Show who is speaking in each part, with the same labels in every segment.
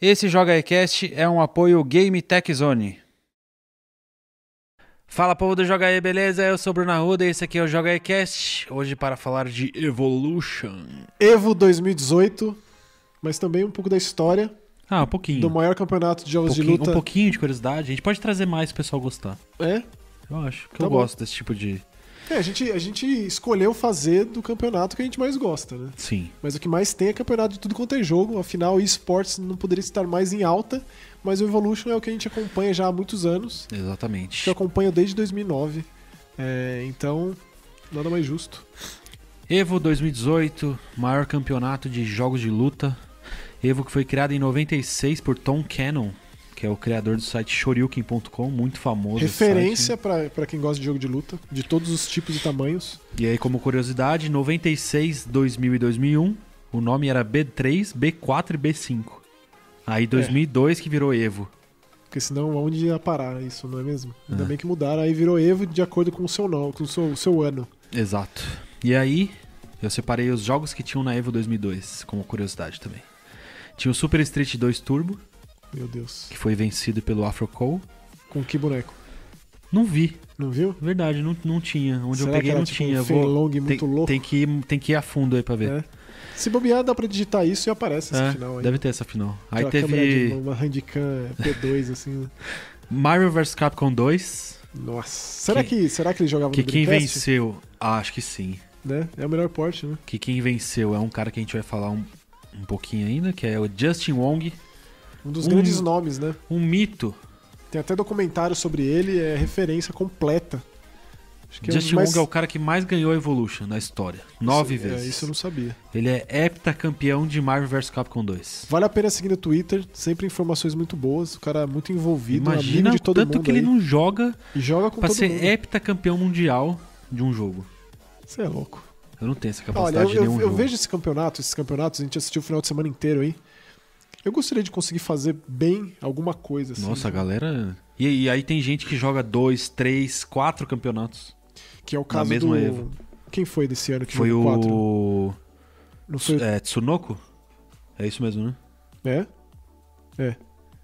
Speaker 1: Esse Joga Ecast é um apoio Game Tech Zone. Fala povo do Joga E, beleza? Eu sou o Bruno Arruda e esse aqui é o Joga Ecast. Hoje para falar de Evolution.
Speaker 2: Evo 2018, mas também um pouco da história
Speaker 3: Ah, um pouquinho.
Speaker 2: do maior campeonato de
Speaker 3: um,
Speaker 2: jogos de
Speaker 3: pouquinho
Speaker 2: luta.
Speaker 3: um pouquinho de curiosidade. A gente pode trazer mais pro pessoal gostar.
Speaker 2: É?
Speaker 3: Eu acho. Que
Speaker 2: Tá
Speaker 3: eu
Speaker 2: bom.
Speaker 3: gosto desse tipo de.
Speaker 2: É, a gente, a gente escolheu fazer do campeonato que a gente mais gosta, né?
Speaker 3: Sim.
Speaker 2: Mas o que mais tem é campeonato de tudo quanto é jogo, afinal, esportes não poderia estar mais em alta, mas o Evolution é o que a gente acompanha já há muitos anos, que
Speaker 3: Exatamente.
Speaker 2: eu acompanho desde 2009, É, então nada mais justo.
Speaker 3: Evo 2018, maior campeonato de jogos de luta. Evo que foi criado em 96 por Tom Cannon, que é o criador do site shoryuken.com, muito famoso. esse site, né?
Speaker 2: Referência pra pra quem gosta de jogo de luta, de todos os tipos e tamanhos.
Speaker 3: E aí, como curiosidade, 96, 2000 e 2001, o nome era B3, B4 e B5.
Speaker 2: É.
Speaker 3: Aí 2002 que virou Evo.
Speaker 2: Porque senão onde ia parar isso, não é mesmo? Ainda bem que mudaram, aí virou Evo de acordo com o seu, no- com o seu, o seu ano.
Speaker 3: Exato. E aí, eu separei os jogos que tinham na Evo 2002, como curiosidade também. Tinha o Super Street 2 Turbo,
Speaker 2: Meu Deus.
Speaker 3: que foi vencido pelo Afro Cole.
Speaker 2: Com que boneco?
Speaker 3: Não vi, é
Speaker 2: Não viu?
Speaker 3: verdade, não, não tinha. Onde
Speaker 2: Será
Speaker 3: eu
Speaker 2: que
Speaker 3: peguei
Speaker 2: era,
Speaker 3: não
Speaker 2: tipo,
Speaker 3: tinha.
Speaker 2: um
Speaker 3: Eu vou-
Speaker 2: Fenlong
Speaker 3: tem,
Speaker 2: muito louco?
Speaker 3: Tem que, ir, tem que ir a fundo aí pra ver.
Speaker 2: É. Se bobear, dá pra digitar isso e aparece esse
Speaker 3: É,
Speaker 2: final aí.
Speaker 3: deve ter essa final. Aí
Speaker 2: Aquela câmera de
Speaker 3: teve
Speaker 2: uma, uma handicam P2, assim. né?
Speaker 3: Marvel vs Capcom 2,
Speaker 2: Nossa. Será que,
Speaker 3: Que-
Speaker 2: será que ele jogava
Speaker 3: que
Speaker 2: no
Speaker 3: quem
Speaker 2: Dreamcast?
Speaker 3: venceu... Ah, acho que sim.
Speaker 2: Né? É o melhor porte, né?
Speaker 3: Que quem venceu é um cara que a gente vai falar um, um pouquinho ainda, que é o Justin Wong.
Speaker 2: Um dos
Speaker 3: Um-
Speaker 2: grandes nomes, né?
Speaker 3: Um mito
Speaker 2: Tem até documentário sobre ele, é referência completa. Acho um dos
Speaker 3: Justin
Speaker 2: mais-
Speaker 3: Wong é o cara que mais ganhou a Evolution na história. Nove
Speaker 2: Isso- é,
Speaker 3: vezes.
Speaker 2: isso eu não sabia.
Speaker 3: Ele é heptacampeão de Marvel vs Capcom 2.
Speaker 2: Vale a pena seguir no Twitter, sempre informações muito boas. O cara é muito envolvido,
Speaker 3: Imagina
Speaker 2: amigo
Speaker 3: o
Speaker 2: de todo
Speaker 3: tanto
Speaker 2: mundo.
Speaker 3: que ele
Speaker 2: aí.
Speaker 3: não joga
Speaker 2: E joga com
Speaker 3: pra
Speaker 2: todo
Speaker 3: ser
Speaker 2: mundo.
Speaker 3: heptacampeão mundial de um jogo.
Speaker 2: Você é louco.
Speaker 3: Eu não tenho essa
Speaker 2: Olha,
Speaker 3: capacidade
Speaker 2: eu,
Speaker 3: de nenhum
Speaker 2: eu, eu
Speaker 3: jogo.
Speaker 2: vejo esse campeonato, esses campeonatos, a gente assistiu o final de semana inteiro aí. Eu gostaria de conseguir fazer bem alguma coisa. Assim,
Speaker 3: Nossa, a galera. E, e aí tem gente que joga dois, três, quatro campeonatos.
Speaker 2: Que é o caso
Speaker 3: mesma
Speaker 2: do...
Speaker 3: Evo.
Speaker 2: Quem foi desse ano que
Speaker 3: Foi
Speaker 2: jogou Tipo quatro?
Speaker 3: o.
Speaker 2: Não foi...
Speaker 3: É, Tsunoko? É isso mesmo, né?
Speaker 2: É?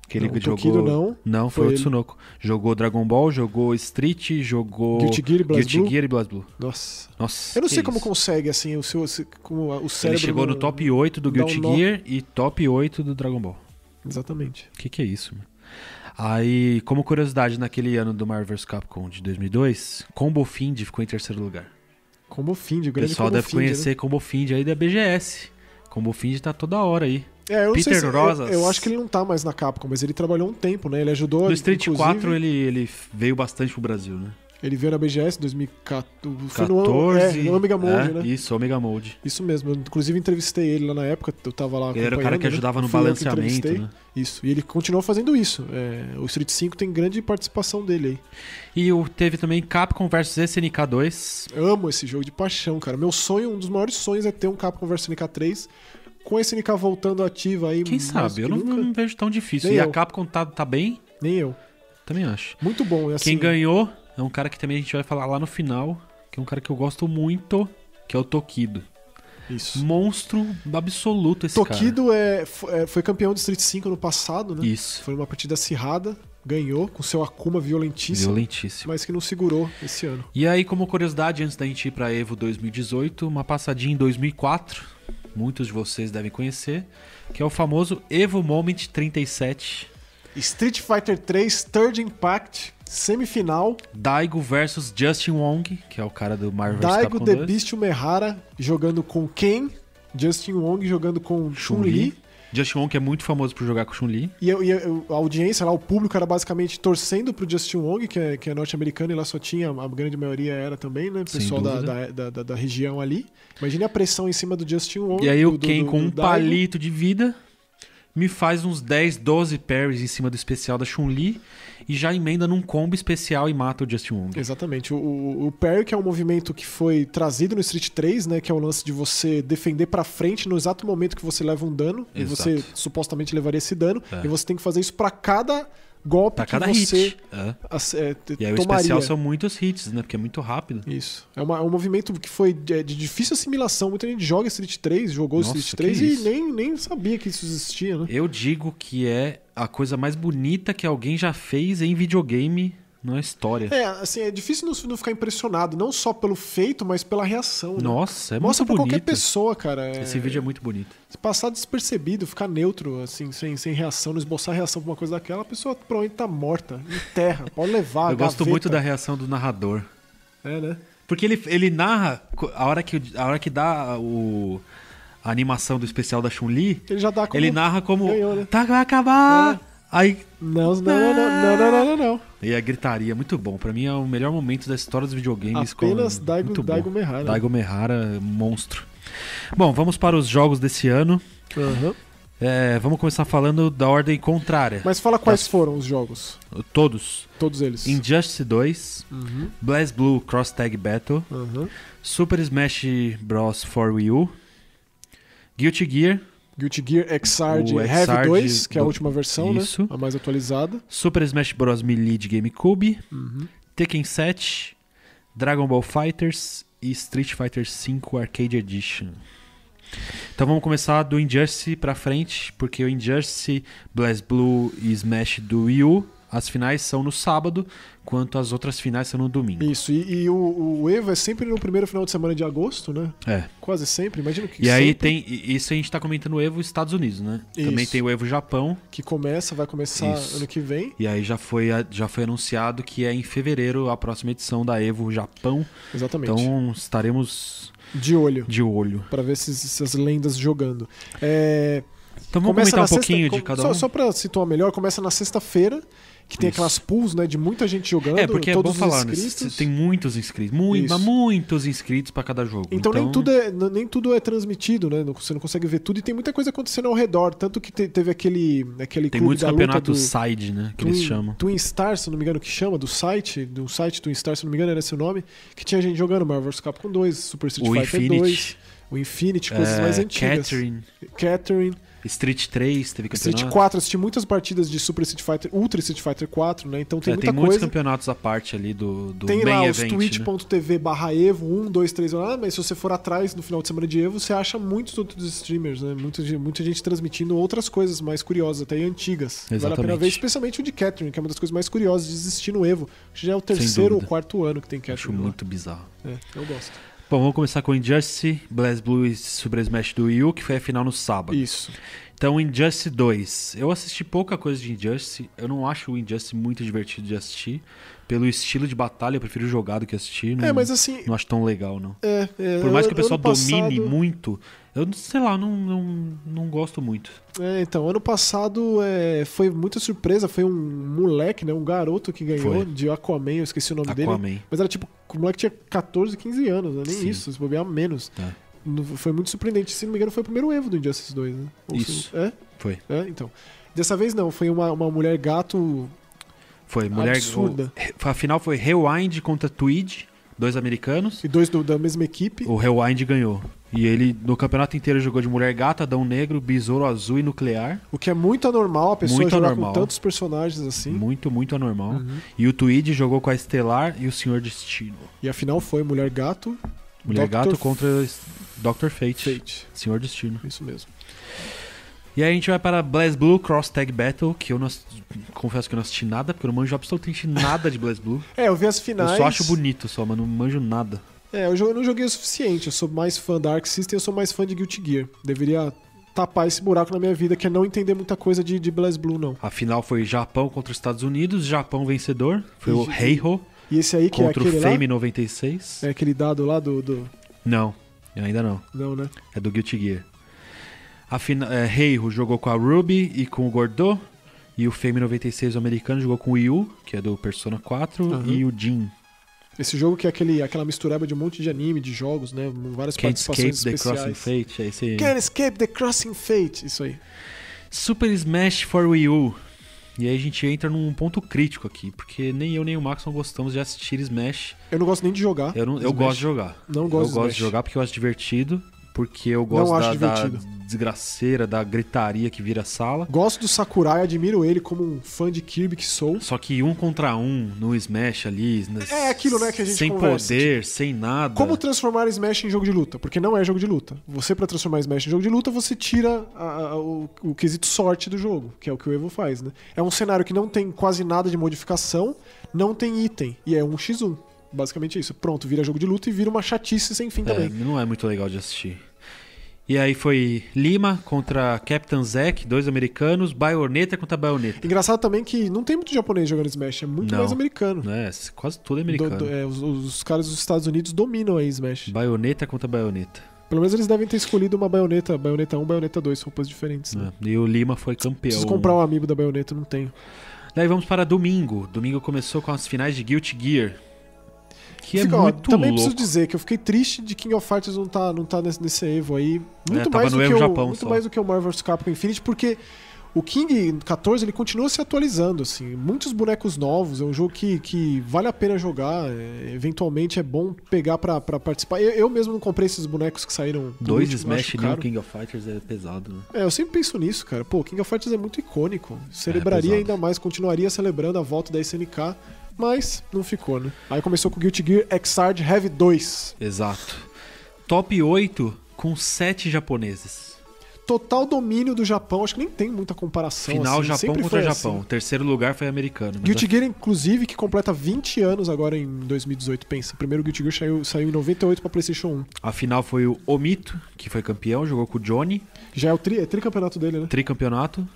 Speaker 3: Que ele
Speaker 2: Não,
Speaker 3: que
Speaker 2: o Tokido
Speaker 3: jogou.
Speaker 2: não.
Speaker 3: foi,
Speaker 2: Foi
Speaker 3: o
Speaker 2: ele.
Speaker 3: Tsunoko. Jogou Dragon Ball, jogou Street, jogou.
Speaker 2: Guilty Gear e BlazBlue?
Speaker 3: Gear e BlazBlue.
Speaker 2: Nossa.
Speaker 3: Nossa.
Speaker 2: Eu não
Speaker 3: que
Speaker 2: sei como
Speaker 3: isso.
Speaker 2: consegue, assim, o seu... se- Como a- o
Speaker 3: Ele
Speaker 2: cérebro...
Speaker 3: chegou no top 8 do
Speaker 2: dá um
Speaker 3: Guilty
Speaker 2: nó.
Speaker 3: Gear e top 8 do Dragon Ball.
Speaker 2: Exatamente.
Speaker 3: O que, que é isso, mano? Aí, como curiosidade, naquele ano do Marvel vs Capcom de 2002, Combo Find ficou em terceiro lugar.
Speaker 2: Como Find, o
Speaker 3: O
Speaker 2: grande
Speaker 3: pessoal
Speaker 2: Combo né?
Speaker 3: deve
Speaker 2: Find,
Speaker 3: conhecer Combo Find aí da BGS. Combo Find tá toda hora aí.
Speaker 2: Né? É, eu não
Speaker 3: Peter
Speaker 2: sei se, eu-
Speaker 3: Rosas.
Speaker 2: Eu, acho que ele não tá mais na Capcom, mas ele trabalhou um tempo, né? Ele ajudou...
Speaker 3: No Street
Speaker 2: inclusive,
Speaker 3: 4 ele, ele veio bastante pro Brasil, né?
Speaker 2: Ele veio na BGS em 2014... Foi no,
Speaker 3: 14.
Speaker 2: é, no Omega Mode,
Speaker 3: é,
Speaker 2: né?
Speaker 3: Isso, Omega Mode.
Speaker 2: Isso mesmo, eu inclusive entrevistei ele lá na época, eu tava lá
Speaker 3: Ele era o cara
Speaker 2: acompanhando, né?
Speaker 3: que ajudava no
Speaker 2: Fui eu que
Speaker 3: balanceamento,
Speaker 2: entrevistei.
Speaker 3: né?
Speaker 2: Isso, e ele continuou fazendo isso. É, o Street 5 tem grande participação dele
Speaker 3: E o, teve também Capcom vs SNK 2.
Speaker 2: aí. Eu amo esse jogo de paixão, cara. Meu sonho, um dos maiores sonhos é ter um Capcom vs SNK 3, com a SNK voltando ativa aí.
Speaker 3: Quem
Speaker 2: mais
Speaker 3: sabe?
Speaker 2: que
Speaker 3: Eu não,
Speaker 2: nunca.
Speaker 3: não vejo tão difícil.
Speaker 2: Nem
Speaker 3: e a
Speaker 2: eu.
Speaker 3: Capcom tá, tá bem?
Speaker 2: Nem eu.
Speaker 3: Também acho.
Speaker 2: Muito bom, é assim.
Speaker 3: Quem ganhou é um cara que também a gente vai falar lá no final, que é um cara que eu gosto muito, que é o Tokido.
Speaker 2: Isso.
Speaker 3: Monstro absoluto esse cara.
Speaker 2: Tokido é, fo- é, foi campeão do Street 5 no passado, né?
Speaker 3: Isso.
Speaker 2: Foi uma partida acirrada, ganhou com seu Akuma violentíssimo,
Speaker 3: Violentíssimo.
Speaker 2: mas que não segurou esse ano.
Speaker 3: E aí, como curiosidade, antes da gente ir pra Evo 2018, uma passadinha em 2004, muitos de vocês devem conhecer, que é o famoso Evo Moment 37,
Speaker 2: Street Fighter 3 Third Impact, semifinal,
Speaker 3: Daigo versus Justin Wong, que é o cara do Marvel vs
Speaker 2: Daigo
Speaker 3: Capcom
Speaker 2: The
Speaker 3: 2.
Speaker 2: Beast Umehara jogando com Ken, Justin Wong jogando com Chun-Li.
Speaker 3: Justin Wong que é muito famoso por jogar com Chun-Li.
Speaker 2: E, eu- e eu- a audiência lá, o público era basicamente torcendo pro Justin Wong, que é, que é norte-americano, e lá só tinha, a grande maioria era também, né?
Speaker 3: Sem
Speaker 2: Pessoal da,
Speaker 3: dúvida.
Speaker 2: da, da- da- da região ali. Imagine a pressão em cima do Justin Wong.
Speaker 3: E aí
Speaker 2: do-
Speaker 3: o
Speaker 2: do-
Speaker 3: Ken
Speaker 2: do-
Speaker 3: com
Speaker 2: do
Speaker 3: um
Speaker 2: Daigo.
Speaker 3: palito de vida me faz uns 10, 12 parries em cima do especial da Chun-Li e já emenda num combo especial e mata o Justin Wong.
Speaker 2: Exatamente. O, o, o parry, que é um movimento que foi trazido no Street 3, né? Que é o lance de você defender pra frente no exato momento que você leva um dano. E
Speaker 3: Exato.
Speaker 2: você supostamente levaria esse dano.
Speaker 3: É.
Speaker 2: E você tem que fazer isso pra cada golpe
Speaker 3: Tá
Speaker 2: que
Speaker 3: cada
Speaker 2: você
Speaker 3: hit. É.
Speaker 2: ass- é, t-
Speaker 3: E aí o
Speaker 2: tomaria.
Speaker 3: especial são muitos hits, né? Porque é muito rápido.
Speaker 2: Isso. É, uma- é um movimento que foi de, de difícil assimilação. Muita gente joga Street 3, jogou
Speaker 3: Nossa,
Speaker 2: Street
Speaker 3: que
Speaker 2: 3
Speaker 3: isso.
Speaker 2: e nem, nem sabia que isso existia, né?
Speaker 3: Eu digo que é a coisa mais bonita que alguém já fez em videogame na história.
Speaker 2: É, assim, é difícil não, não ficar impressionado, não só pelo feito, mas pela reação. né?
Speaker 3: Nossa, é
Speaker 2: Mostra pra
Speaker 3: muito bonito.
Speaker 2: qualquer pessoa, cara. é-
Speaker 3: Esse vídeo é muito bonito.
Speaker 2: Se passar despercebido, ficar neutro, assim, sem, sem reação, não esboçar reação pra uma coisa daquela, a pessoa provavelmente tá morta, em terra, pode levar.
Speaker 3: Eu gosto
Speaker 2: gaveta.
Speaker 3: muito da reação do narrador.
Speaker 2: É, né?
Speaker 3: Porque ele, ele narra co- a hora que, a hora que dá o, a animação do especial da Chun-Li,
Speaker 2: Ele já dá como.
Speaker 3: ele narra como.
Speaker 2: ganhou, né?
Speaker 3: Tá, vai acabar! Aí.
Speaker 2: Não, não, não, não, não, não, não, não. não.
Speaker 3: E a gritaria, muito bom. Pra mim é o melhor momento da história dos videogames.
Speaker 2: Apenas
Speaker 3: com-
Speaker 2: Daigo-
Speaker 3: muito bom.
Speaker 2: Daigo Mehara.
Speaker 3: Daigo Mehara, monstro. Bom, vamos para os jogos desse ano.
Speaker 2: Aham.
Speaker 3: É, vamos começar falando da ordem contrária.
Speaker 2: Mas fala quais foram os jogos,
Speaker 3: Todos.
Speaker 2: todos eles.
Speaker 3: Injustice 2,
Speaker 2: Uhum.
Speaker 3: BlazBlue Cross Tag Battle,
Speaker 2: Aham.
Speaker 3: Super Smash Bros. for Wii U, Guilty Gear,
Speaker 2: Guilty Gear Xrd
Speaker 3: O
Speaker 2: Heavy
Speaker 3: Xrd
Speaker 2: 2, que é a
Speaker 3: do-
Speaker 2: última versão,
Speaker 3: Isso.
Speaker 2: né? A mais atualizada.
Speaker 3: Super Smash Bros. Melee de GameCube,
Speaker 2: Uhum.
Speaker 3: Tekken 7, Dragon Ball Fighters e Street Fighter V Arcade Edition. Então vamos começar do Injustice pra frente, porque o Injustice, BlazBlue e Smash do Wii U, as finais são no sábado, enquanto as outras finais são no domingo.
Speaker 2: Isso, e, e o, o Evo é sempre no primeiro final de semana de agosto, né?
Speaker 3: É.
Speaker 2: Quase sempre, imagina que
Speaker 3: E aí
Speaker 2: sempre
Speaker 3: tem. e- Isso a gente tá comentando o Evo Estados Unidos, né? Também
Speaker 2: Isso.
Speaker 3: tem o Evo Japão.
Speaker 2: que começa, vai começar
Speaker 3: Isso.
Speaker 2: ano que vem.
Speaker 3: E aí já foi, a- já foi anunciado que é em fevereiro a próxima edição da Evo Japão.
Speaker 2: Exatamente.
Speaker 3: Então estaremos
Speaker 2: De olho.
Speaker 3: de olho.
Speaker 2: Pra ver se essas lendas jogando. É,
Speaker 3: Então vamos
Speaker 2: começa
Speaker 3: comentar
Speaker 2: na
Speaker 3: um
Speaker 2: sexta-
Speaker 3: pouquinho
Speaker 2: com-
Speaker 3: de cada
Speaker 2: só,
Speaker 3: um.
Speaker 2: Só pra situar melhor, começa na sexta-feira, que tem
Speaker 3: Isso.
Speaker 2: aquelas pools, né, de muita gente jogando,
Speaker 3: é, porque é
Speaker 2: todos
Speaker 3: bom falar,
Speaker 2: os
Speaker 3: né?
Speaker 2: inscritos.
Speaker 3: Você Tem muitos inscritos. Muito,
Speaker 2: Isso.
Speaker 3: mas muitos inscritos pra cada jogo.
Speaker 2: Então, nem, tudo é, n- nem tudo é transmitido, né? Não- Você não consegue ver tudo e tem muita coisa acontecendo ao redor. Tanto que te- teve aquele, aquele
Speaker 3: Tem
Speaker 2: é clube
Speaker 3: muitos
Speaker 2: da luta
Speaker 3: campeonatos
Speaker 2: do Hum,
Speaker 3: side, né? Que
Speaker 2: Twin,
Speaker 3: eles chamam.
Speaker 2: Twin Star, se não me engano, que chama, do site, do site Twin Star, se não me engano, era esse o nome, que tinha gente jogando Marvel vs Capcom 2, Super Street
Speaker 3: O
Speaker 2: Fighter
Speaker 3: Infinity.
Speaker 2: 2, o Infinity, coisas
Speaker 3: É,
Speaker 2: mais antigas.
Speaker 3: Catherine,
Speaker 2: Catherine.
Speaker 3: Street 3, teve campeonato.
Speaker 2: Street 4, assisti muitas partidas de Super Street Fighter, Ultra Street Fighter 4, né? Então tem
Speaker 3: É,
Speaker 2: muita
Speaker 3: tem muitos
Speaker 2: coisa.
Speaker 3: campeonatos à parte ali do, do
Speaker 2: Tem
Speaker 3: main
Speaker 2: lá os
Speaker 3: event. né?
Speaker 2: twitch.tv barra Evo, 1, 2, 3, ah, mas se você for atrás no final de semana de Evo, você acha muitos outros streamers, né? Muita, ge- muita gente transmitindo outras coisas mais curiosas, até e antigas. Vale a pena
Speaker 3: Exatamente.
Speaker 2: ver, especialmente o de Catherine, que é uma das coisas mais curiosas de existir no Evo. Acho que já é o
Speaker 3: Sem
Speaker 2: terceiro ou
Speaker 3: dúvida.
Speaker 2: quarto ano que tem
Speaker 3: Acho
Speaker 2: Catherine. lá.
Speaker 3: muito bizarro.
Speaker 2: É, eu gosto.
Speaker 3: Bom, vamos começar com Injustice, BlazBlue e Super Smash do Wii U, que foi a final no sábado.
Speaker 2: Isso.
Speaker 3: Então, Injustice 2. Eu assisti pouca coisa de Injustice. Eu não acho o Injustice muito divertido de assistir. Pelo estilo de batalha, eu prefiro jogar do que assistir. Não,
Speaker 2: É, mas assim.
Speaker 3: não acho tão legal, não.
Speaker 2: É, é,
Speaker 3: Hum. Por mais
Speaker 2: ano-
Speaker 3: que o pessoal
Speaker 2: ano passado-
Speaker 3: domine muito, eu não- sei lá, não, não, não gosto muito.
Speaker 2: É, então, ano passado é, foi muita surpresa. Foi um moleque, né? Um garoto que ganhou
Speaker 3: Foi.
Speaker 2: de Aquaman, eu esqueci o nome dele.
Speaker 3: Aquaman.
Speaker 2: Mas era tipo, o moleque tinha 14, 15 anos, né? nem
Speaker 3: Sim.
Speaker 2: isso, se bobear menos.
Speaker 3: É.
Speaker 2: No- Foi muito surpreendente. Se não me engano, foi o primeiro Evo do Injustice 2, né?
Speaker 3: Isso.
Speaker 2: se- é?
Speaker 3: Foi.
Speaker 2: É, então. Dessa vez não, foi uma, uma mulher gato.
Speaker 3: Foi mulher.
Speaker 2: é Absurda.
Speaker 3: o- a final foi Rewind contra Tweed, dois americanos.
Speaker 2: E dois do- da mesma equipe.
Speaker 3: O Rewind ganhou. E ele, no campeonato inteiro, jogou de mulher gata, Adão Negro, Besouro Azul e Nuclear.
Speaker 2: O que é muito anormal a pessoa
Speaker 3: Muito
Speaker 2: jogar
Speaker 3: anormal. Uhum.
Speaker 2: com tantos personagens assim.
Speaker 3: Muito, muito anormal.
Speaker 2: Uhum.
Speaker 3: E o Tweed jogou com a Estelar e o Senhor Destino.
Speaker 2: E afinal foi mulher gato,
Speaker 3: Mulher
Speaker 2: Dr.
Speaker 3: Gato contra Dr. Fate,
Speaker 2: fate.
Speaker 3: Senhor Destino.
Speaker 2: é Isso mesmo.
Speaker 3: E aí a gente vai para BlazBlue Cross Tag Battle, que eu não ass- confesso que eu não assisti nada, porque eu não manjo absolutamente nada de BlazBlue.
Speaker 2: É, eu vi as
Speaker 3: Eu
Speaker 2: finais.
Speaker 3: só acho bonito só, mas não manjo nada.
Speaker 2: É, eu, jo- eu não joguei o suficiente. Eu sou mais fã da Arc System, eu sou mais fã de Guilty Gear. Deveria tapar esse buraco na minha vida, que é não entender muita coisa de, de BlazBlue, não.
Speaker 3: A final foi Japão contra os Estados Unidos, Japão vencedor, foi o
Speaker 2: Ixi.
Speaker 3: Heiho
Speaker 2: E esse aí que
Speaker 3: contra
Speaker 2: é
Speaker 3: o
Speaker 2: aquele lá?
Speaker 3: Fame 96.
Speaker 2: É aquele dado lá do. do-
Speaker 3: Não, ainda não.
Speaker 2: Não, né?
Speaker 3: É do Guilty Gear. A fina- é, Heiho jogou com a Ruby e com o Gordo. E o Fame 96 o americano jogou com o Yu, que é do Persona 4,
Speaker 2: Aham.
Speaker 3: e o Jin.
Speaker 2: Esse jogo que é aquele, aquela mistureba de um monte de anime, de jogos, né? Várias
Speaker 3: Can't
Speaker 2: participações
Speaker 3: Escape é the Crossing
Speaker 2: especiais.
Speaker 3: Fate. É esse aí.
Speaker 2: Can't Escape the Crossing Fate. Isso aí.
Speaker 3: Super Smash for Wii U. E aí a gente entra num ponto crítico aqui, porque nem eu nem o Max não gostamos de assistir Smash.
Speaker 2: Eu não gosto nem de jogar.
Speaker 3: Eu, não, eu
Speaker 2: Smash.
Speaker 3: gosto de jogar.
Speaker 2: Não gosto
Speaker 3: eu
Speaker 2: de
Speaker 3: gosto
Speaker 2: Smash.
Speaker 3: de jogar porque eu acho divertido. porque eu gosto da,
Speaker 2: acho
Speaker 3: da
Speaker 2: divertido.
Speaker 3: desgraceira, da gritaria que vira sala.
Speaker 2: Gosto do Sakurai, admiro ele como um fã de Kirby que sou.
Speaker 3: Só que um contra um no Smash ali. né,
Speaker 2: É aquilo, né, que a gente
Speaker 3: Sem
Speaker 2: conversa,
Speaker 3: poder, sem nada.
Speaker 2: Como transformar Smash em jogo de luta? Porque não é jogo de luta. Você, pra transformar Smash em jogo de luta, você tira a- a- o, o quesito sorte do jogo, que é o que o Evo faz, né? É um cenário que não tem quase nada de modificação, não tem item, e é um x 1 Basicamente é isso. Pronto, vira jogo de luta e vira uma chatice sem fim
Speaker 3: É,
Speaker 2: também.
Speaker 3: não é muito legal de assistir. E aí foi Lima contra Captain Zack, dois americanos, baioneta contra baioneta.
Speaker 2: Engraçado também que não tem muito japonês jogando Smash, é muito
Speaker 3: Não.
Speaker 2: mais americano.
Speaker 3: Né? s- Quase todo é
Speaker 2: Do-
Speaker 3: americano.
Speaker 2: do- é, os, os caras dos Estados Unidos dominam aí Smash.
Speaker 3: Baioneta contra baioneta.
Speaker 2: Pelo menos eles devem ter escolhido uma baioneta, baioneta 1, baioneta 2, roupas diferentes. Né?
Speaker 3: né? E o Lima foi campeão.
Speaker 2: Preciso comprar um amiibo da baioneta, não tenho.
Speaker 3: Daí vamos para domingo. Domingo começou com as finais de Guilty Gear. Que
Speaker 2: Fica,
Speaker 3: é
Speaker 2: ó,
Speaker 3: muito
Speaker 2: também
Speaker 3: louco.
Speaker 2: preciso dizer que eu fiquei triste de King of Hearts não tá, não tá nesse, nesse Evo aí. Muito,
Speaker 3: É, tava
Speaker 2: mais,
Speaker 3: no
Speaker 2: do que
Speaker 3: Evo
Speaker 2: o,
Speaker 3: Japão
Speaker 2: muito
Speaker 3: só.
Speaker 2: mais do que o Marvel vs. Capcom Infinity, porque o King 14 ele continua se atualizando, assim. Muitos bonecos novos, é um jogo que, que vale a pena jogar. é, eventualmente é bom pegar pra, pra participar. Eu, eu mesmo não comprei esses bonecos que saíram. do
Speaker 3: Dois
Speaker 2: último, eu acho
Speaker 3: Smash New
Speaker 2: caro.
Speaker 3: King of Fighters é pesado, né?
Speaker 2: É, eu sempre penso nisso, cara. Pô, King of Fighters é muito icônico. Celebraria
Speaker 3: É, pesado.
Speaker 2: ainda mais, continuaria celebrando a volta da SNK, mas não ficou, né? Aí começou com Guilty Gear Xrd Heavy 2.
Speaker 3: Exato. Top 8 com 7 japoneses.
Speaker 2: Total domínio do Japão, acho que nem tem muita comparação.
Speaker 3: Final
Speaker 2: assim.
Speaker 3: Japão
Speaker 2: Sempre
Speaker 3: contra
Speaker 2: foi
Speaker 3: Japão.
Speaker 2: Assim.
Speaker 3: Terceiro lugar foi americano. mas é-
Speaker 2: Guilty Gear, inclusive, que completa 20 anos agora em 2018, pensa. O primeiro Guilty Gear saiu, saiu em 98 pra PlayStation 1.
Speaker 3: A final foi o Omito, que foi campeão, jogou com o Johnny,
Speaker 2: Já é o tri, é tricampeonato dele, né?
Speaker 3: tricampeonato,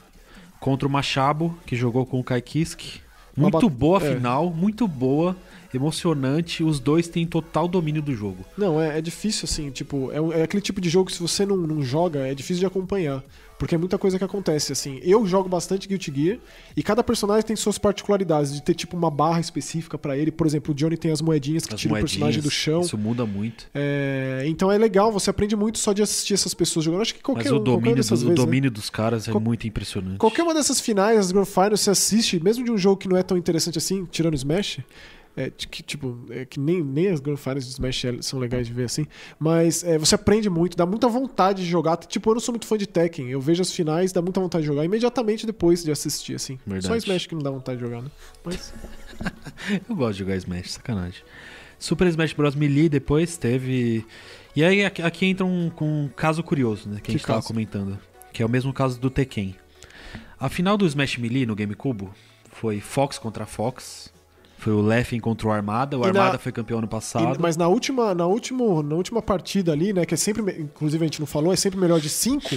Speaker 3: contra o Machabo, que jogou com o Kaikisk.
Speaker 2: Uma
Speaker 3: Muito
Speaker 2: bat-
Speaker 3: boa a
Speaker 2: é.
Speaker 3: final, muito boa, emocionante. Os dois têm total domínio do jogo.
Speaker 2: Não, é, é difícil, assim, tipo, é, um- é aquele tipo de jogo que se você não, não joga, é difícil de acompanhar. Porque é muita coisa que acontece, assim. Eu jogo bastante Guilty Gear e cada personagem tem suas particularidades, de ter, tipo, uma barra específica pra ele. Por exemplo, o Johnny tem as moedinhas que
Speaker 3: As
Speaker 2: tira o personagem
Speaker 3: moedinhas,
Speaker 2: do chão.
Speaker 3: isso muda muito.
Speaker 2: É, então é legal, você aprende muito só de assistir essas pessoas jogando. Acho que qualquer,
Speaker 3: Mas
Speaker 2: um,
Speaker 3: o
Speaker 2: qualquer
Speaker 3: domínio,
Speaker 2: uma
Speaker 3: dos,
Speaker 2: dessas
Speaker 3: o
Speaker 2: vezes, né?
Speaker 3: domínio dos caras é
Speaker 2: Qual- é
Speaker 3: muito impressionante.
Speaker 2: Qualquer uma dessas finais, as Grand Finals, você assiste, mesmo de um jogo que não é tão interessante assim, tirando Smash. É, t- que, tipo, é que nem, nem as Grand Finals de Smash é- são legais de ver assim. Mas é, você aprende muito, dá muita vontade de jogar. Tipo, eu não sou muito fã de Tekken. Eu vejo as finais, dá muita vontade de jogar imediatamente depois de assistir, assim.
Speaker 3: Verdade.
Speaker 2: Só Smash que não dá vontade de jogar, né? Mas
Speaker 3: Eu gosto de jogar Smash, sacanagem. Super Smash Bros. Melee depois teve. E aí aqui, aqui entra um, com um caso curioso, né? Que,
Speaker 2: Que
Speaker 3: a gente tava
Speaker 2: caso?
Speaker 3: comentando. Que é o mesmo caso do Tekken. A final do Smash Melee no GameCube foi Fox contra Fox. Foi o Leffen contra o Armada. O
Speaker 2: E na-
Speaker 3: Armada foi campeão ano
Speaker 2: E-
Speaker 3: passado.
Speaker 2: mas na última, na, último, na última partida ali, né? Que é sempre, me- inclusive a gente não falou, é sempre melhor de 5.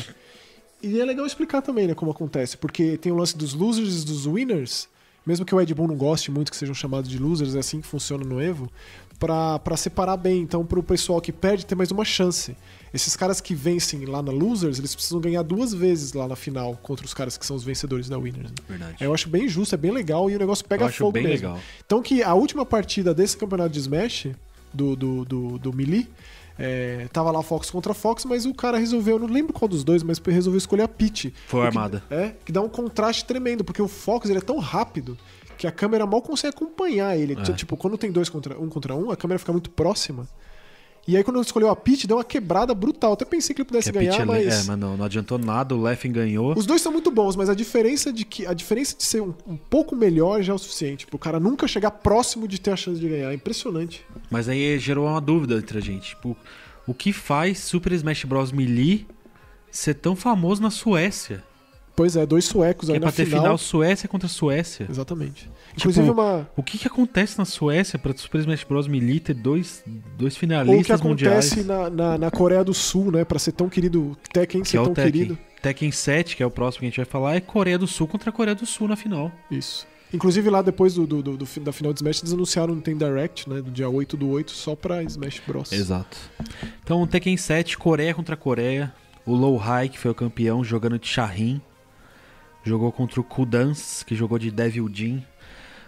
Speaker 2: E é legal explicar também, né, como acontece. Porque tem o lance dos losers e dos winners. Mesmo que o Ed Boon não goste muito que sejam chamados de losers, é assim que funciona no Evo. Pra, pra separar bem, então, pro pessoal que perde ter mais uma chance. Esses caras que vencem lá na Losers, eles precisam ganhar duas vezes lá na final contra os caras que são os vencedores da Winners. né?
Speaker 3: Verdade.
Speaker 2: Eu acho bem justo, é bem legal e o negócio pega
Speaker 3: Eu acho
Speaker 2: fogo
Speaker 3: bem
Speaker 2: mesmo.
Speaker 3: legal.
Speaker 2: Então que a última partida desse campeonato de Smash, do, do, do, do Melee, é, tava lá Fox contra Fox, mas o cara resolveu, eu não lembro qual dos dois, mas resolveu escolher a Peach.
Speaker 3: Foi
Speaker 2: O que-
Speaker 3: Armada.
Speaker 2: É, que dá um contraste tremendo, porque o Fox ele é tão rápido que a câmera mal consegue acompanhar ele.
Speaker 3: É.
Speaker 2: Tipo, quando tem dois contra um contra um, a câmera fica muito próxima. E aí quando escolheu a Peach, deu uma quebrada brutal. Até pensei que ele
Speaker 3: Que
Speaker 2: pudesse
Speaker 3: a
Speaker 2: ganhar,
Speaker 3: Peach é le-
Speaker 2: mas...
Speaker 3: É, mas não, não adiantou nada. O Leffen ganhou.
Speaker 2: Os dois são muito bons, mas a diferença de que a diferença de ser um, um pouco melhor já é o suficiente pro cara nunca chegar próximo de ter a chance de ganhar. É impressionante.
Speaker 3: Mas aí gerou uma dúvida entre a gente. Tipo, o que faz Super Smash Bros. Melee ser tão famoso na Suécia?
Speaker 2: Pois é, dois suecos
Speaker 3: Que
Speaker 2: aí
Speaker 3: é
Speaker 2: na
Speaker 3: pra ter
Speaker 2: final.
Speaker 3: final, Tipo, Suécia contra Suécia.
Speaker 2: Exatamente. Inclusive uma
Speaker 3: O que que acontece na Suécia pra Super Smash Bros. Melee ter dois, dois
Speaker 2: ou o que
Speaker 3: finalistas mundiais?
Speaker 2: acontece na, na, na Coreia do Sul, né, Pra ser tão querido Tekken,
Speaker 3: Que
Speaker 2: ser
Speaker 3: é o
Speaker 2: tão
Speaker 3: Tekken.
Speaker 2: querido.
Speaker 3: Tekken 7, que é o próximo que a gente vai falar, é Coreia do Sul contra a Coreia do Sul na final.
Speaker 2: Isso. Inclusive lá depois do, do, do- do fi- da final de Smash, eles anunciaram um Nintendo Direct, né, do dia 8 do 8 só pra Smash Bros.
Speaker 3: Exato. Então, Tekken 7, Coreia contra Coreia. O Low High, que foi o campeão, jogando de Shahin. Jogou contra o Kudans, que jogou de Devil Jin.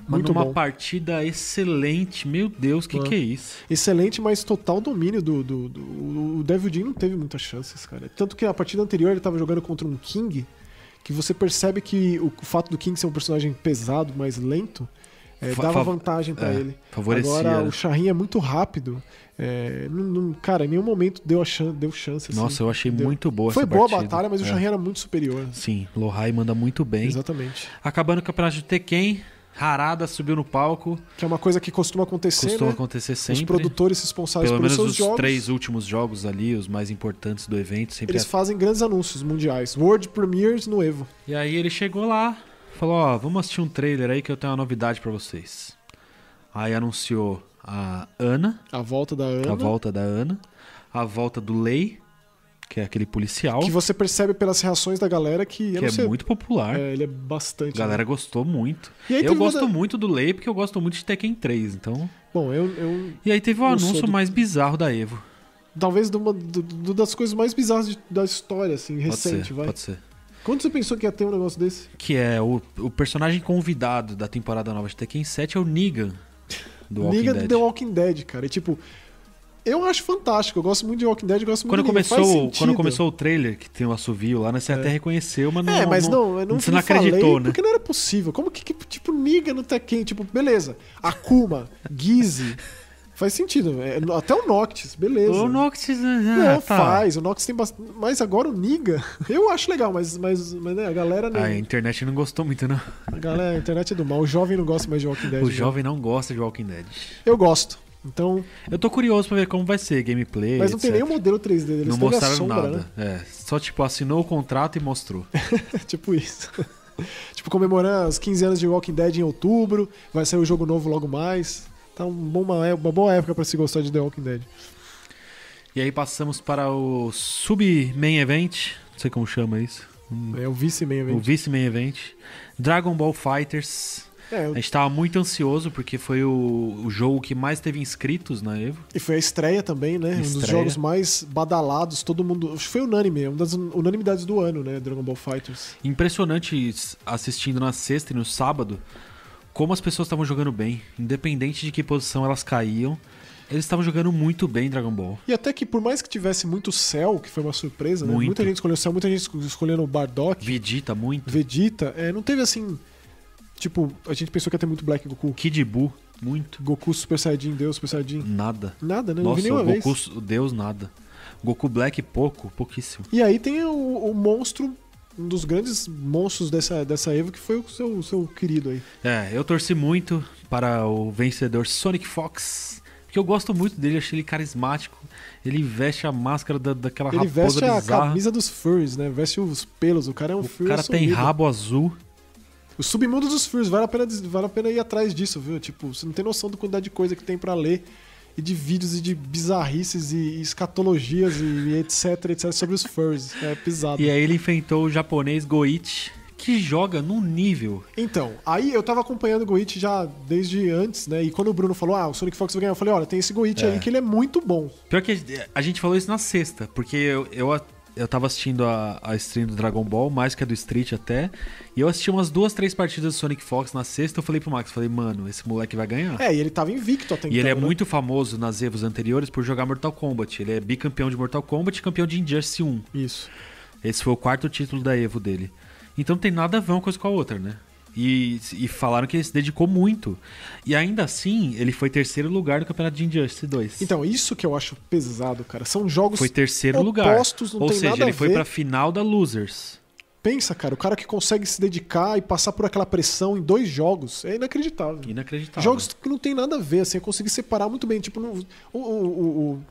Speaker 3: Mas
Speaker 2: Muito
Speaker 3: numa
Speaker 2: bom.
Speaker 3: partida excelente. Meu Deus, que
Speaker 2: É.
Speaker 3: que é isso?
Speaker 2: Excelente, mas total domínio do. do, do- o- o Devil Dean não teve muitas chances, cara. Tanto que a partida anterior ele tava jogando contra um King, que você percebe que o, o fato do King ser um personagem pesado, mais lento, é,
Speaker 3: Fa-
Speaker 2: dava
Speaker 3: fa-
Speaker 2: vantagem pra
Speaker 3: é,
Speaker 2: ele.
Speaker 3: favorecia,
Speaker 2: Agora,
Speaker 3: né?
Speaker 2: o Charrin é muito rápido. é, não- não- cara, em nenhum momento deu, a chan- deu chance. assim.
Speaker 3: Nossa, eu achei
Speaker 2: Deu-
Speaker 3: muito boa
Speaker 2: Foi
Speaker 3: essa
Speaker 2: boa a
Speaker 3: partida.
Speaker 2: batalha, mas o
Speaker 3: É.
Speaker 2: Charrin era muito superior.
Speaker 3: Sim, Lohai manda muito bem.
Speaker 2: Exatamente.
Speaker 3: Acabando o campeonato de Tekken, Harada subiu no palco.
Speaker 2: Que é uma coisa que costuma acontecer,
Speaker 3: Costuma
Speaker 2: né?
Speaker 3: acontecer sempre.
Speaker 2: Os produtores responsáveis
Speaker 3: Pelo
Speaker 2: pelos
Speaker 3: menos
Speaker 2: seus
Speaker 3: os
Speaker 2: jogos,
Speaker 3: três últimos jogos ali, os mais importantes do evento, sempre
Speaker 2: eles fazem grandes anúncios mundiais. World Premiers no Evo.
Speaker 3: E aí ele chegou lá, falou, ó, vamos assistir um trailer aí que eu tenho uma novidade pra vocês. Aí anunciou a Ana,
Speaker 2: A volta da Ana.
Speaker 3: a volta da Ana, a volta do Lei, que é aquele policial,
Speaker 2: Que
Speaker 3: que,
Speaker 2: você percebe pelas reações da galera que... eu não
Speaker 3: é
Speaker 2: sei-
Speaker 3: muito popular.
Speaker 2: É, ele é bastante.
Speaker 3: A galera gostou muito.
Speaker 2: E aí
Speaker 3: eu
Speaker 2: teve uma
Speaker 3: gosto
Speaker 2: da-
Speaker 3: muito do Lei porque eu gosto muito de Tekken 3, então...
Speaker 2: né? Bom, eu, eu-
Speaker 3: E aí teve o
Speaker 2: Eu sou
Speaker 3: anúncio
Speaker 2: do-
Speaker 3: mais bizarro da Evo.
Speaker 2: Talvez de uma do- do- das coisas mais bizarras de- da história, assim,
Speaker 3: Pode
Speaker 2: recente,
Speaker 3: ser,
Speaker 2: vai.
Speaker 3: pode ser.
Speaker 2: Quando você pensou que ia ter um negócio desse?
Speaker 3: Que é o, o personagem convidado da temporada nova de Tekken 7 é o Negan, do Walking
Speaker 2: Liga
Speaker 3: Dead.
Speaker 2: do The Walking Dead, cara. E tipo, eu acho fantástico. Eu gosto muito de Walking Dead, eu gosto muito
Speaker 3: Quando
Speaker 2: de Negan. Faz
Speaker 3: começou, quando
Speaker 2: sentido.
Speaker 3: começou o trailer, que tem o assovio lá, né? Você até reconheceu, mas não.
Speaker 2: É, mas não, eu não,
Speaker 3: Você não
Speaker 2: falei,
Speaker 3: acreditou, né?
Speaker 2: Porque não era possível. Como que, que, tipo, Niga no Tekken? Tipo, beleza. Akuma, Gizzy. Faz sentido. é, no- até o Noctis, beleza.
Speaker 3: O Noctis. ah, tá.
Speaker 2: Não, faz. O Noctis tem bastante. Mas agora o Niga, eu acho legal, mas, mas, mas né, a galera não.
Speaker 3: Ah, A internet não gostou muito, não.
Speaker 2: A galera, a internet é do mal. O jovem não gosta mais de Walking Dead.
Speaker 3: O
Speaker 2: né?
Speaker 3: jovem não gosta de Walking Dead.
Speaker 2: Eu gosto. Então.
Speaker 3: Eu tô curioso pra ver como vai ser gameplay.
Speaker 2: Mas não tem
Speaker 3: etc.
Speaker 2: nenhum modelo 3D deles.
Speaker 3: Não
Speaker 2: teve a
Speaker 3: mostraram
Speaker 2: sombra,
Speaker 3: nada.
Speaker 2: né?
Speaker 3: É, só tipo assinou o contrato e mostrou.
Speaker 2: tipo isso. tipo, comemorando os 15 anos de Walking Dead em outubro. Vai sair o jogo novo logo mais. Tá um bom- uma, é- uma boa época pra se gostar de The Walking Dead.
Speaker 3: E aí passamos para o sub-main event. Não sei como chama isso. Hum,
Speaker 2: É o vice-main
Speaker 3: O
Speaker 2: event.
Speaker 3: vice-main event. Dragon Ball Fighters.
Speaker 2: É,
Speaker 3: A gente tava muito ansioso porque foi o, o jogo que mais teve inscritos na Evo.
Speaker 2: e foi a estreia também, né? Um dos
Speaker 3: Estreia.
Speaker 2: jogos mais badalados. Todo mundo. Acho que foi unânime. Uma das unanimidades do ano, né? Dragon Ball Fighters.
Speaker 3: Impressionante s- assistindo na sexta e no sábado como as pessoas estavam jogando bem, independente de que posição elas caíam. Eles estavam jogando muito bem Dragon Ball.
Speaker 2: E até que, por mais que tivesse muito céu, que foi uma surpresa, né?
Speaker 3: Muito.
Speaker 2: Muita gente escolheu o céu, muita gente esco- escolhendo o Bardock,
Speaker 3: Vegeta muito,
Speaker 2: Vegeta. É, não teve assim. Tipo, a gente pensou que ia ter muito Black Goku.
Speaker 3: Kid Buu muito,
Speaker 2: Goku Super Saiyajin, Deus Super Saiyajin.
Speaker 3: nada.
Speaker 2: Nada, né? não vi
Speaker 3: Nossa,
Speaker 2: nenhuma
Speaker 3: o Goku,
Speaker 2: vez.
Speaker 3: s- Deus nada. Goku Black pouco, pouquíssimo.
Speaker 2: E aí tem o, o monstro, um dos grandes monstros dessa, dessa Evo, que foi o seu, o seu querido aí.
Speaker 3: É, eu torci muito para o vencedor Sonic Fox, porque eu gosto muito dele, achei ele carismático. Ele veste a máscara da, daquela
Speaker 2: Ele
Speaker 3: raposa
Speaker 2: veste a
Speaker 3: bizarra.
Speaker 2: camisa dos furries, né? Veste os pelos. O cara é um
Speaker 3: o
Speaker 2: furry
Speaker 3: cara tem
Speaker 2: assumido.
Speaker 3: rabo azul.
Speaker 2: O submundo dos furries. Vale a, pena, des- vale a pena ir atrás disso, viu? Tipo, você não tem noção da quantidade de coisa que tem pra ler. E de vídeos e de bizarrices e e escatologias e e etc, etc sobre os furries. É pisado.
Speaker 3: E aí ele enfrentou o japonês Goichi, que joga num nível.
Speaker 2: Então, aí eu tava acompanhando o Goit já desde antes, né? E quando o Bruno falou, ah, o Sonic Fox vai ganhar, eu falei, olha, tem esse Goit aí que ele é muito bom.
Speaker 3: Pior que a gente falou isso na sexta, porque eu, eu, eu tava assistindo a, a stream do Dragon Ball, mais que a do Street até, e eu assisti umas duas, três partidas do Sonic Fox na sexta, eu falei pro Max, falei, mano, esse moleque vai ganhar.
Speaker 2: É, e ele tava invicto até
Speaker 3: E ele é
Speaker 2: então, né?
Speaker 3: muito famoso nas evos anteriores por jogar Mortal Kombat. Ele é bicampeão de Mortal Kombat e campeão de Injustice 1.
Speaker 2: né? Isso.
Speaker 3: Esse foi o quarto título da Evo dele. Então não tem nada a ver uma coisa com a outra, né? E, e falaram que ele se dedicou muito. E ainda assim, ele foi terceiro lugar no campeonato de Injustice 2.
Speaker 2: Então, isso que eu acho pesado, cara. São jogos.
Speaker 3: foi terceiro
Speaker 2: opostos,
Speaker 3: lugar.
Speaker 2: não
Speaker 3: Ou
Speaker 2: tem
Speaker 3: seja,
Speaker 2: nada a
Speaker 3: ele foi
Speaker 2: ver.
Speaker 3: pra final da Losers.
Speaker 2: Pensa, cara, o cara que consegue se dedicar e passar por aquela pressão em dois jogos é inacreditável.
Speaker 3: Inacreditável.
Speaker 2: Jogos que não tem nada a ver, assim, eu consegui separar muito bem. Tipo, não- o. o, o, o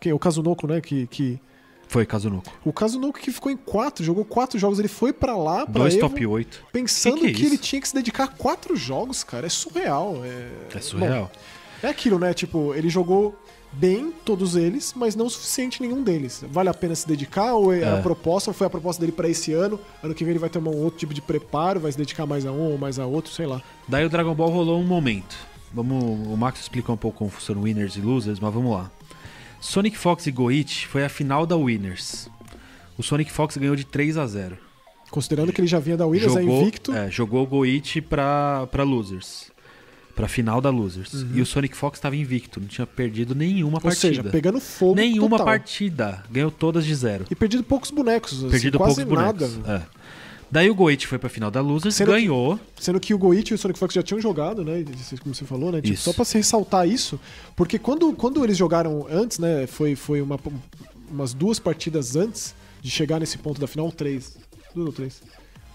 Speaker 2: quem? O Kazunoko, né? Que, que,
Speaker 3: Foi Kazunoko.
Speaker 2: o Kazunoko que ficou em quatro, jogou quatro jogos, ele foi pra lá, pra
Speaker 3: Dois
Speaker 2: Evo,
Speaker 3: top 8.
Speaker 2: Pensando
Speaker 3: Que
Speaker 2: que,
Speaker 3: que é isso?
Speaker 2: ele tinha que se dedicar a quatro jogos, cara, é surreal. É,
Speaker 3: É surreal.
Speaker 2: Bom, é aquilo, né? Tipo, ele jogou bem todos eles, mas não o suficiente nenhum deles. Vale a pena se dedicar ou é,
Speaker 3: É.
Speaker 2: a proposta, ou foi a proposta dele pra esse ano? Ano que vem ele vai ter um outro tipo de preparo, vai se dedicar mais a um ou mais a outro, sei lá.
Speaker 3: Daí o Dragon Ball rolou um momento. Vamos, o Max explica um pouco como funcionam winners e losers, mas vamos lá. Sonic Fox e Goichi foi a final da Winners. O Sonic Fox ganhou de 3 a 0.
Speaker 2: Considerando que ele já vinha da Williams, é invicto.
Speaker 3: é, jogou o Goichi pra, pra Losers. Pra final da Losers. E o Sonic Fox tava invicto, não tinha perdido nenhuma
Speaker 2: Uhum. ou
Speaker 3: partida.
Speaker 2: seja, pegando fogo
Speaker 3: nenhuma
Speaker 2: total.
Speaker 3: partida. Ganhou todas de zero.
Speaker 2: E perdido poucos bonecos, assim,
Speaker 3: Perdido
Speaker 2: quase
Speaker 3: poucos bonecos.
Speaker 2: nada.
Speaker 3: É. Daí o Goichi foi pra final da Losers,
Speaker 2: Sendo que-
Speaker 3: ganhou.
Speaker 2: Sendo que o Goichi e o Sonic Fox já tinham jogado, né? Isso, Como você falou, né? Tipo,
Speaker 3: Isso.
Speaker 2: só pra se ressaltar isso, porque quando, quando eles jogaram antes, né? Foi, foi uma- umas duas partidas antes de chegar nesse ponto da final, três. Duas ou três.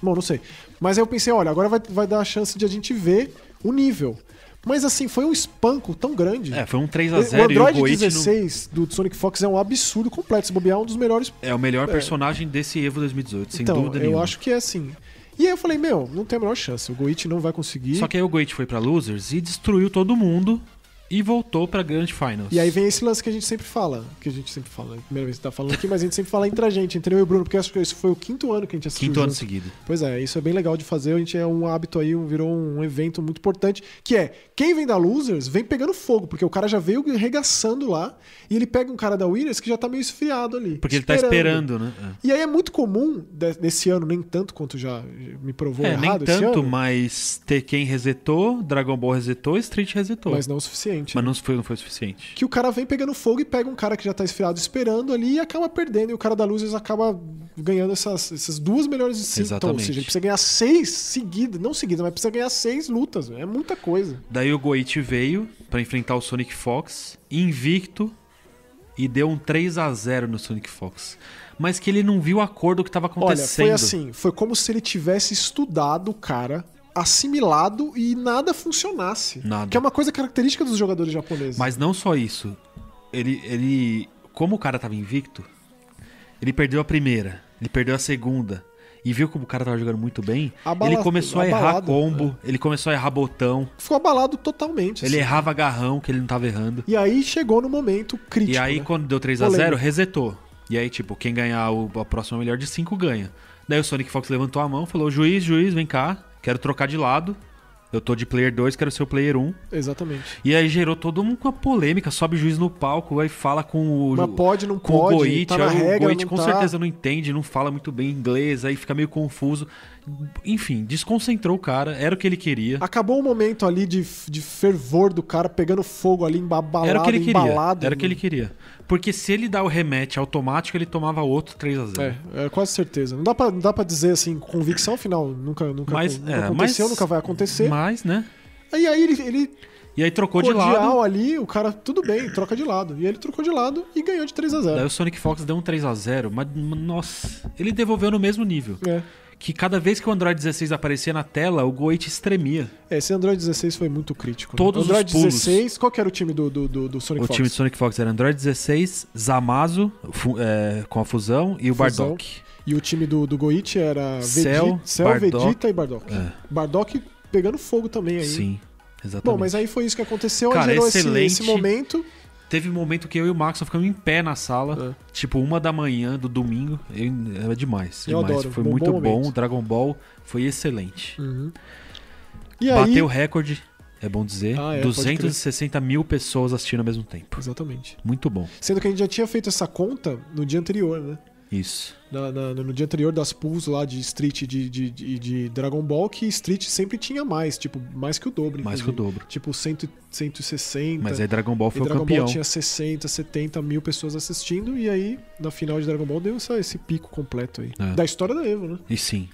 Speaker 2: Bom, não sei. Mas aí eu pensei, olha, agora vai, vai dar a chance de a gente ver o nível. Mas assim, foi um espanco tão grande.
Speaker 3: É, foi um
Speaker 2: o
Speaker 3: 3x0 e o
Speaker 2: Android
Speaker 3: Goichi não-
Speaker 2: 16 do Sonic Fox é um absurdo completo. Se bobear, é um dos melhores
Speaker 3: é o melhor personagem desse Evo 2018, sem
Speaker 2: então,
Speaker 3: dúvida
Speaker 2: eu
Speaker 3: nenhuma.
Speaker 2: acho que é assim. E aí eu falei, meu, não tem a menor chance. O Goichi não vai conseguir.
Speaker 3: Só que aí o Goichi foi pra Losers e destruiu todo mundo e voltou pra Grand Finals.
Speaker 2: E aí vem esse lance que a gente sempre fala. Que a gente sempre fala. né? Primeira vez que tá falando aqui, mas a gente sempre fala entre a gente, entre eu e o Bruno, porque eu acho que esse foi o quinto ano que a gente assistiu.
Speaker 3: Quinto ano
Speaker 2: junto.
Speaker 3: seguido.
Speaker 2: Pois é, isso é bem legal de fazer. A gente é um hábito aí, um- virou um evento muito importante. Que é, quem vem da Losers vem pegando fogo, porque o cara já veio arregaçando lá e ele pega um cara da Winners que já tá meio esfriado ali.
Speaker 3: Porque ele tá esperando, né? É.
Speaker 2: E aí é muito comum, de- nesse ano, nem tanto quanto já me provou
Speaker 3: É, nem
Speaker 2: errado esse
Speaker 3: tanto,
Speaker 2: ano,
Speaker 3: mas Tekken resetou, Dragon Ball resetou, Street resetou.
Speaker 2: mas
Speaker 3: Mas,
Speaker 2: não o suficiente.
Speaker 3: não, foi, não foi o suficiente.
Speaker 2: que o cara vem pegando fogo e pega um cara que já tá esfriado esperando ali e acaba perdendo. E o cara da Losers acaba ganhando essas, essas duas melhores de cinco. Então, ou
Speaker 3: Exatamente.
Speaker 2: seja, ele precisa ganhar seis seguidas. Não seguidas, mas precisa ganhar seis lutas. É muita coisa.
Speaker 3: Daí o Goichi veio pra enfrentar o Sonic Fox, invicto, e deu um 3 a 0 no Sonic Fox. Mas que ele não viu a cor do que tava
Speaker 2: Olha,
Speaker 3: acontecendo.
Speaker 2: foi assim. Foi como se ele tivesse estudado o cara, assimilado e nada funcionasse.
Speaker 3: Nada.
Speaker 2: Que é uma coisa característica dos jogadores japoneses.
Speaker 3: Mas não só isso. Ele, ele. Como o cara tava invicto, ele perdeu a primeira, ele perdeu a segunda. E viu como o cara tava jogando muito bem,
Speaker 2: Abala-
Speaker 3: ele começou a errar
Speaker 2: abalado, É.
Speaker 3: combo, ele começou a errar botão,
Speaker 2: Ficou abalado totalmente.
Speaker 3: ele
Speaker 2: assim.
Speaker 3: errava agarrão que ele não tava errando.
Speaker 2: E aí chegou no momento crítico.
Speaker 3: E aí,
Speaker 2: né?
Speaker 3: quando deu 3 a
Speaker 2: Polêmico.
Speaker 3: 0 resetou. E aí, tipo, quem ganhar o, a próxima melhor de 5 ganha. Daí o Sonic Fox levantou a mão, falou: juiz, juiz, vem cá, quero trocar de lado. Eu tô de player 2, quero ser o player 1.
Speaker 2: Exatamente.
Speaker 3: E aí gerou toda uma polêmica, sobe o juiz no palco, aí fala com o.
Speaker 2: Mas pode, não
Speaker 3: com
Speaker 2: pode,
Speaker 3: o Goit,
Speaker 2: tá na
Speaker 3: aí
Speaker 2: regra,
Speaker 3: o Goit
Speaker 2: não
Speaker 3: com
Speaker 2: tá.
Speaker 3: certeza não entende, não fala muito bem inglês, aí fica meio confuso. Enfim, desconcentrou o cara, era o que ele queria.
Speaker 2: Acabou o momento ali de, de fervor do cara pegando fogo ali, embalado,
Speaker 3: Era o que ele queria.
Speaker 2: embalado. né?
Speaker 3: Era o que ele queria. Porque se ele dá o rematch automático, ele tomava outro 3 a 0
Speaker 2: É, é quase certeza. Não dá pra, não dá pra dizer assim, com convicção final, nunca, nunca,
Speaker 3: Mas,
Speaker 2: nunca
Speaker 3: é,
Speaker 2: aconteceu,
Speaker 3: mas-
Speaker 2: nunca vai acontecer.
Speaker 3: Mas, né?
Speaker 2: E aí ele, ele
Speaker 3: E aí trocou de lado.
Speaker 2: cordial ali, o cara, tudo bem, troca de lado. E ele trocou de lado e ganhou de 3 a
Speaker 3: Daí
Speaker 2: 0
Speaker 3: o Sonic Fox deu um 3 a 0 mas nossa, ele devolveu no mesmo nível.
Speaker 2: É.
Speaker 3: Que cada vez que o Android 16 aparecia na tela, o Goit estremia.
Speaker 2: É, Esse Android 16 foi muito crítico. né?
Speaker 3: Todos os
Speaker 2: Android
Speaker 3: pulos.
Speaker 2: 16, qual que era o time do, do, do, do Sonic
Speaker 3: o
Speaker 2: Fox?
Speaker 3: time do Sonic Fox era Android 16, Zamazo fu- é, com a fusão e o
Speaker 2: Fusão.
Speaker 3: Bardock.
Speaker 2: E o time do, do Goichi era
Speaker 3: Cell,
Speaker 2: Vegeta, Cell,
Speaker 3: Bardock. É.
Speaker 2: Vegeta e Bardock. Bardock pegando fogo também aí.
Speaker 3: Sim, exatamente.
Speaker 2: Bom, mas aí foi isso que aconteceu,
Speaker 3: Cara,
Speaker 2: aí gerou esse,
Speaker 3: excelente.
Speaker 2: esse momento.
Speaker 3: Teve um momento que eu e o Max só ficamos em pé na sala,
Speaker 2: Ah.
Speaker 3: tipo uma da manhã do domingo. Eu- era demais,
Speaker 2: Eu
Speaker 3: demais.
Speaker 2: adoro,
Speaker 3: Foi
Speaker 2: bom-
Speaker 3: muito
Speaker 2: bom
Speaker 3: bom.
Speaker 2: momento.
Speaker 3: Dragon Ball foi excelente.
Speaker 2: É. Uhum. E aí.
Speaker 3: Bateu o recorde, é bom dizer,
Speaker 2: Ah, é, pode
Speaker 3: 260 mil pessoas assistindo ao mesmo tempo.
Speaker 2: Exatamente.
Speaker 3: Muito bom.
Speaker 2: Sendo que a gente já tinha feito essa conta no dia anterior, né?
Speaker 3: Isso.
Speaker 2: Na- na- no dia anterior das pools lá de Street e de, de, de- de Dragon Ball, que Street sempre tinha mais, tipo, mais que o dobro.
Speaker 3: Mais que o
Speaker 2: inclusive.
Speaker 3: dobro.
Speaker 2: Tipo, 100, 160.
Speaker 3: Mas aí Dragon Ball
Speaker 2: E
Speaker 3: foi o
Speaker 2: Dragon
Speaker 3: campeão.
Speaker 2: Ball tinha 60, 70 mil pessoas assistindo, e aí, na final de Dragon Ball, deu essa- esse pico completo aí.
Speaker 3: É.
Speaker 2: Da história da Evo, né?
Speaker 3: E sim.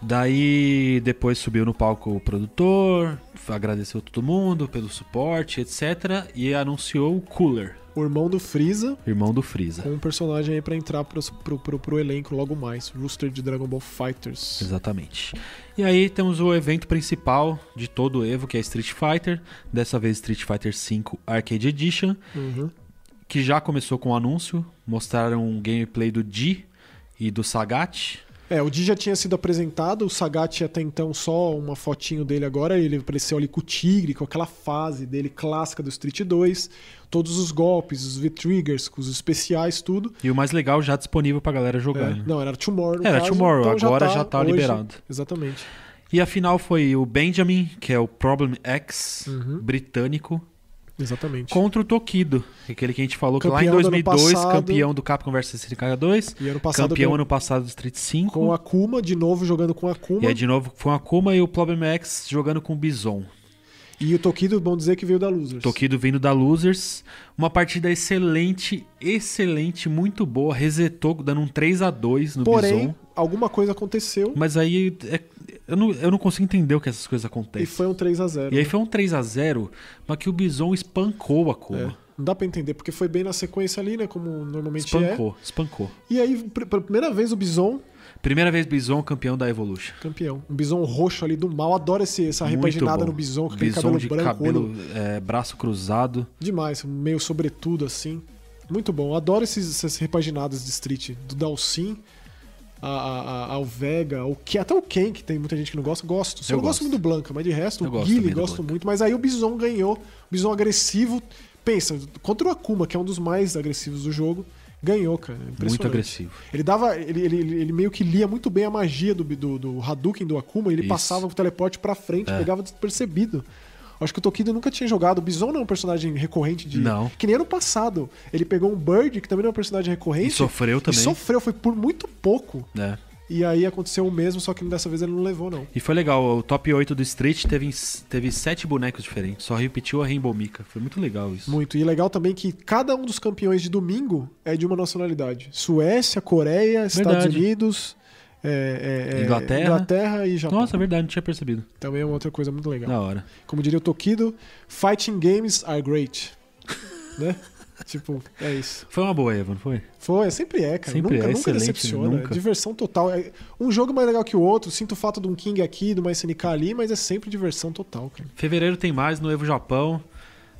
Speaker 3: Daí depois subiu no palco o produtor, agradeceu todo mundo pelo suporte, etc. E anunciou o Cooler,
Speaker 2: O irmão do Freeza,
Speaker 3: irmão do Freeza.
Speaker 2: com um personagem aí pra entrar pros- pro, pro, pro elenco logo mais. Rooster de Dragon Ball Fighters.
Speaker 3: Exatamente. E aí temos o evento principal de todo o Evo, que é Street Fighter. Dessa vez Street Fighter V Arcade Edition,
Speaker 2: Uhum.
Speaker 3: que já começou com o anúncio. Mostraram um gameplay do Di e do Sagat.
Speaker 2: É, o Di já tinha sido apresentado, o Sagat até então só uma fotinho dele agora, ele apareceu ali com o Tigre, com aquela fase dele clássica do Street 2, todos os golpes, os V-Triggers, com os especiais, tudo.
Speaker 3: E o mais legal já disponível pra galera
Speaker 2: É,
Speaker 3: jogar. né?
Speaker 2: não, era Tomorrow. no
Speaker 3: Era
Speaker 2: caso,
Speaker 3: Tomorrow,
Speaker 2: então
Speaker 3: agora já tá
Speaker 2: hoje-
Speaker 3: liberado.
Speaker 2: Exatamente.
Speaker 3: E a final foi o Benjamin, que é o Problem X
Speaker 2: Uhum.
Speaker 3: britânico,
Speaker 2: Exatamente.
Speaker 3: contra o Tokido, que é aquele que a gente falou que lá em
Speaker 2: Campeão do ano
Speaker 3: 2002,
Speaker 2: passado.
Speaker 3: campeão do Capcom vs SNK 2,
Speaker 2: E ano passado
Speaker 3: campeão
Speaker 2: com-
Speaker 3: ano passado do Street 5.
Speaker 2: com a
Speaker 3: é
Speaker 2: Akuma, de novo jogando com a Akuma.
Speaker 3: E aí de novo foi o Akuma e o Problem X jogando com o Bison.
Speaker 2: E o Tokido, bom dizer que veio da Losers.
Speaker 3: Tokido vindo da Losers. Uma partida excelente, excelente, muito boa. Resetou, dando um 3 a 2 no
Speaker 2: Porém,
Speaker 3: Bison.
Speaker 2: alguma coisa aconteceu
Speaker 3: Mas aí é- eu, não, eu não consigo entender o que essas coisas
Speaker 2: e
Speaker 3: acontecem.
Speaker 2: foi um 3 a 0
Speaker 3: E aí foi um 3 a 0 mas que o Bison espancou a Kuma.
Speaker 2: É. Não dá pra entender, porque foi bem na sequência ali, né? Como normalmente é.
Speaker 3: Espancou, espancou.
Speaker 2: E aí, pr- pela primeira vez, o Bison,
Speaker 3: Primeira vez Bison campeão da Evolution.
Speaker 2: campeão. Um Bison roxo ali do mal. Adoro esse, essa Tá repaginada
Speaker 3: Muito bom.
Speaker 2: no Bison, com aquele
Speaker 3: Bison
Speaker 2: cabelo
Speaker 3: de
Speaker 2: branco, olho
Speaker 3: cabelo, é, braço cruzado.
Speaker 2: Demais, meio sobretudo assim. Muito bom. Adoro esses, essas repaginadas de street. Do Dalsin a- a- a- ao Vega, ao Ke- até o Ken, que tem muita gente que não gosta. Gosto. Só
Speaker 3: Eu
Speaker 2: não gosto.
Speaker 3: gosto.
Speaker 2: muito do Blanca, mas de resto,
Speaker 3: Eu
Speaker 2: o
Speaker 3: gosto
Speaker 2: Guile
Speaker 3: também do
Speaker 2: gosto
Speaker 3: Blanca.
Speaker 2: muito. Mas aí o Bison ganhou. O Bison agressivo. Pensa, contra o Akuma, que é um dos mais agressivos do jogo, ganhou, cara. Impressionante.
Speaker 3: Muito agressivo.
Speaker 2: Ele dava. Ele, ele, ele- ele meio que lia muito bem a magia do, do, do Hadouken do Akuma, ele
Speaker 3: Isso. É.
Speaker 2: passava o teleporte pra frente, pegava despercebido. Acho que o Tokido nunca tinha jogado. O Bison não é um personagem recorrente de.
Speaker 3: Não.
Speaker 2: Que nem ano passado. Ele pegou um Bird, que também não é um personagem recorrente.
Speaker 3: E sofreu também.
Speaker 2: E sofreu, foi por muito pouco.
Speaker 3: né?
Speaker 2: E aí aconteceu o mesmo, só que dessa vez ele não levou, não.
Speaker 3: E foi legal, o top 8 do Street teve, teve sete bonecos diferentes, só repetiu a Rainbow Mika. Foi muito legal isso.
Speaker 2: Muito. E é legal também que cada um dos campeões de domingo é de uma nacionalidade: Suécia, Coreia, Estados
Speaker 3: Verdade.
Speaker 2: Unidos, é, é, é,
Speaker 3: Inglaterra.
Speaker 2: Inglaterra e Japão.
Speaker 3: Nossa, é verdade, não tinha percebido.
Speaker 2: Também é uma outra coisa muito legal.
Speaker 3: Da hora.
Speaker 2: Como diria o Tokido, fighting games are great. né? Tipo, é isso.
Speaker 3: Foi uma boa, Evan, foi?
Speaker 2: Foi, sempre é, cara.
Speaker 3: Sempre
Speaker 2: nunca,
Speaker 3: é,
Speaker 2: nunca
Speaker 3: excelente,
Speaker 2: decepciona.
Speaker 3: nunca.
Speaker 2: Diversão total. É um jogo mais legal que o outro. Sinto falta de um King aqui, de uma SNK ali, mas é sempre diversão total, cara.
Speaker 3: Fevereiro tem mais no Evo Japão.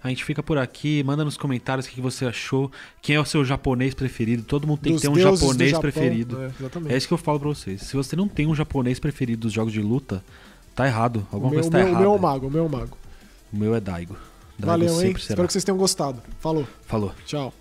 Speaker 3: A gente fica por aqui, manda nos comentários o que que você achou, quem é o seu japonês preferido. Todo mundo tem
Speaker 2: Dos
Speaker 3: que ter um
Speaker 2: deuses do
Speaker 3: japonês
Speaker 2: Japão,
Speaker 3: preferido.
Speaker 2: né? exatamente.
Speaker 3: É isso que eu falo pra vocês. Se você não tem um japonês preferido dos jogos de luta, tá errado.
Speaker 2: o
Speaker 3: Alguma
Speaker 2: meu,
Speaker 3: coisa
Speaker 2: o
Speaker 3: tá
Speaker 2: meu, o
Speaker 3: errada.
Speaker 2: meu é o mago, o meu é o mago.
Speaker 3: O meu é Daigo. Daigo
Speaker 2: Valeu, hein?
Speaker 3: sempre será.
Speaker 2: Espero que vocês tenham gostado. Falou,
Speaker 3: Falou.
Speaker 2: tchau.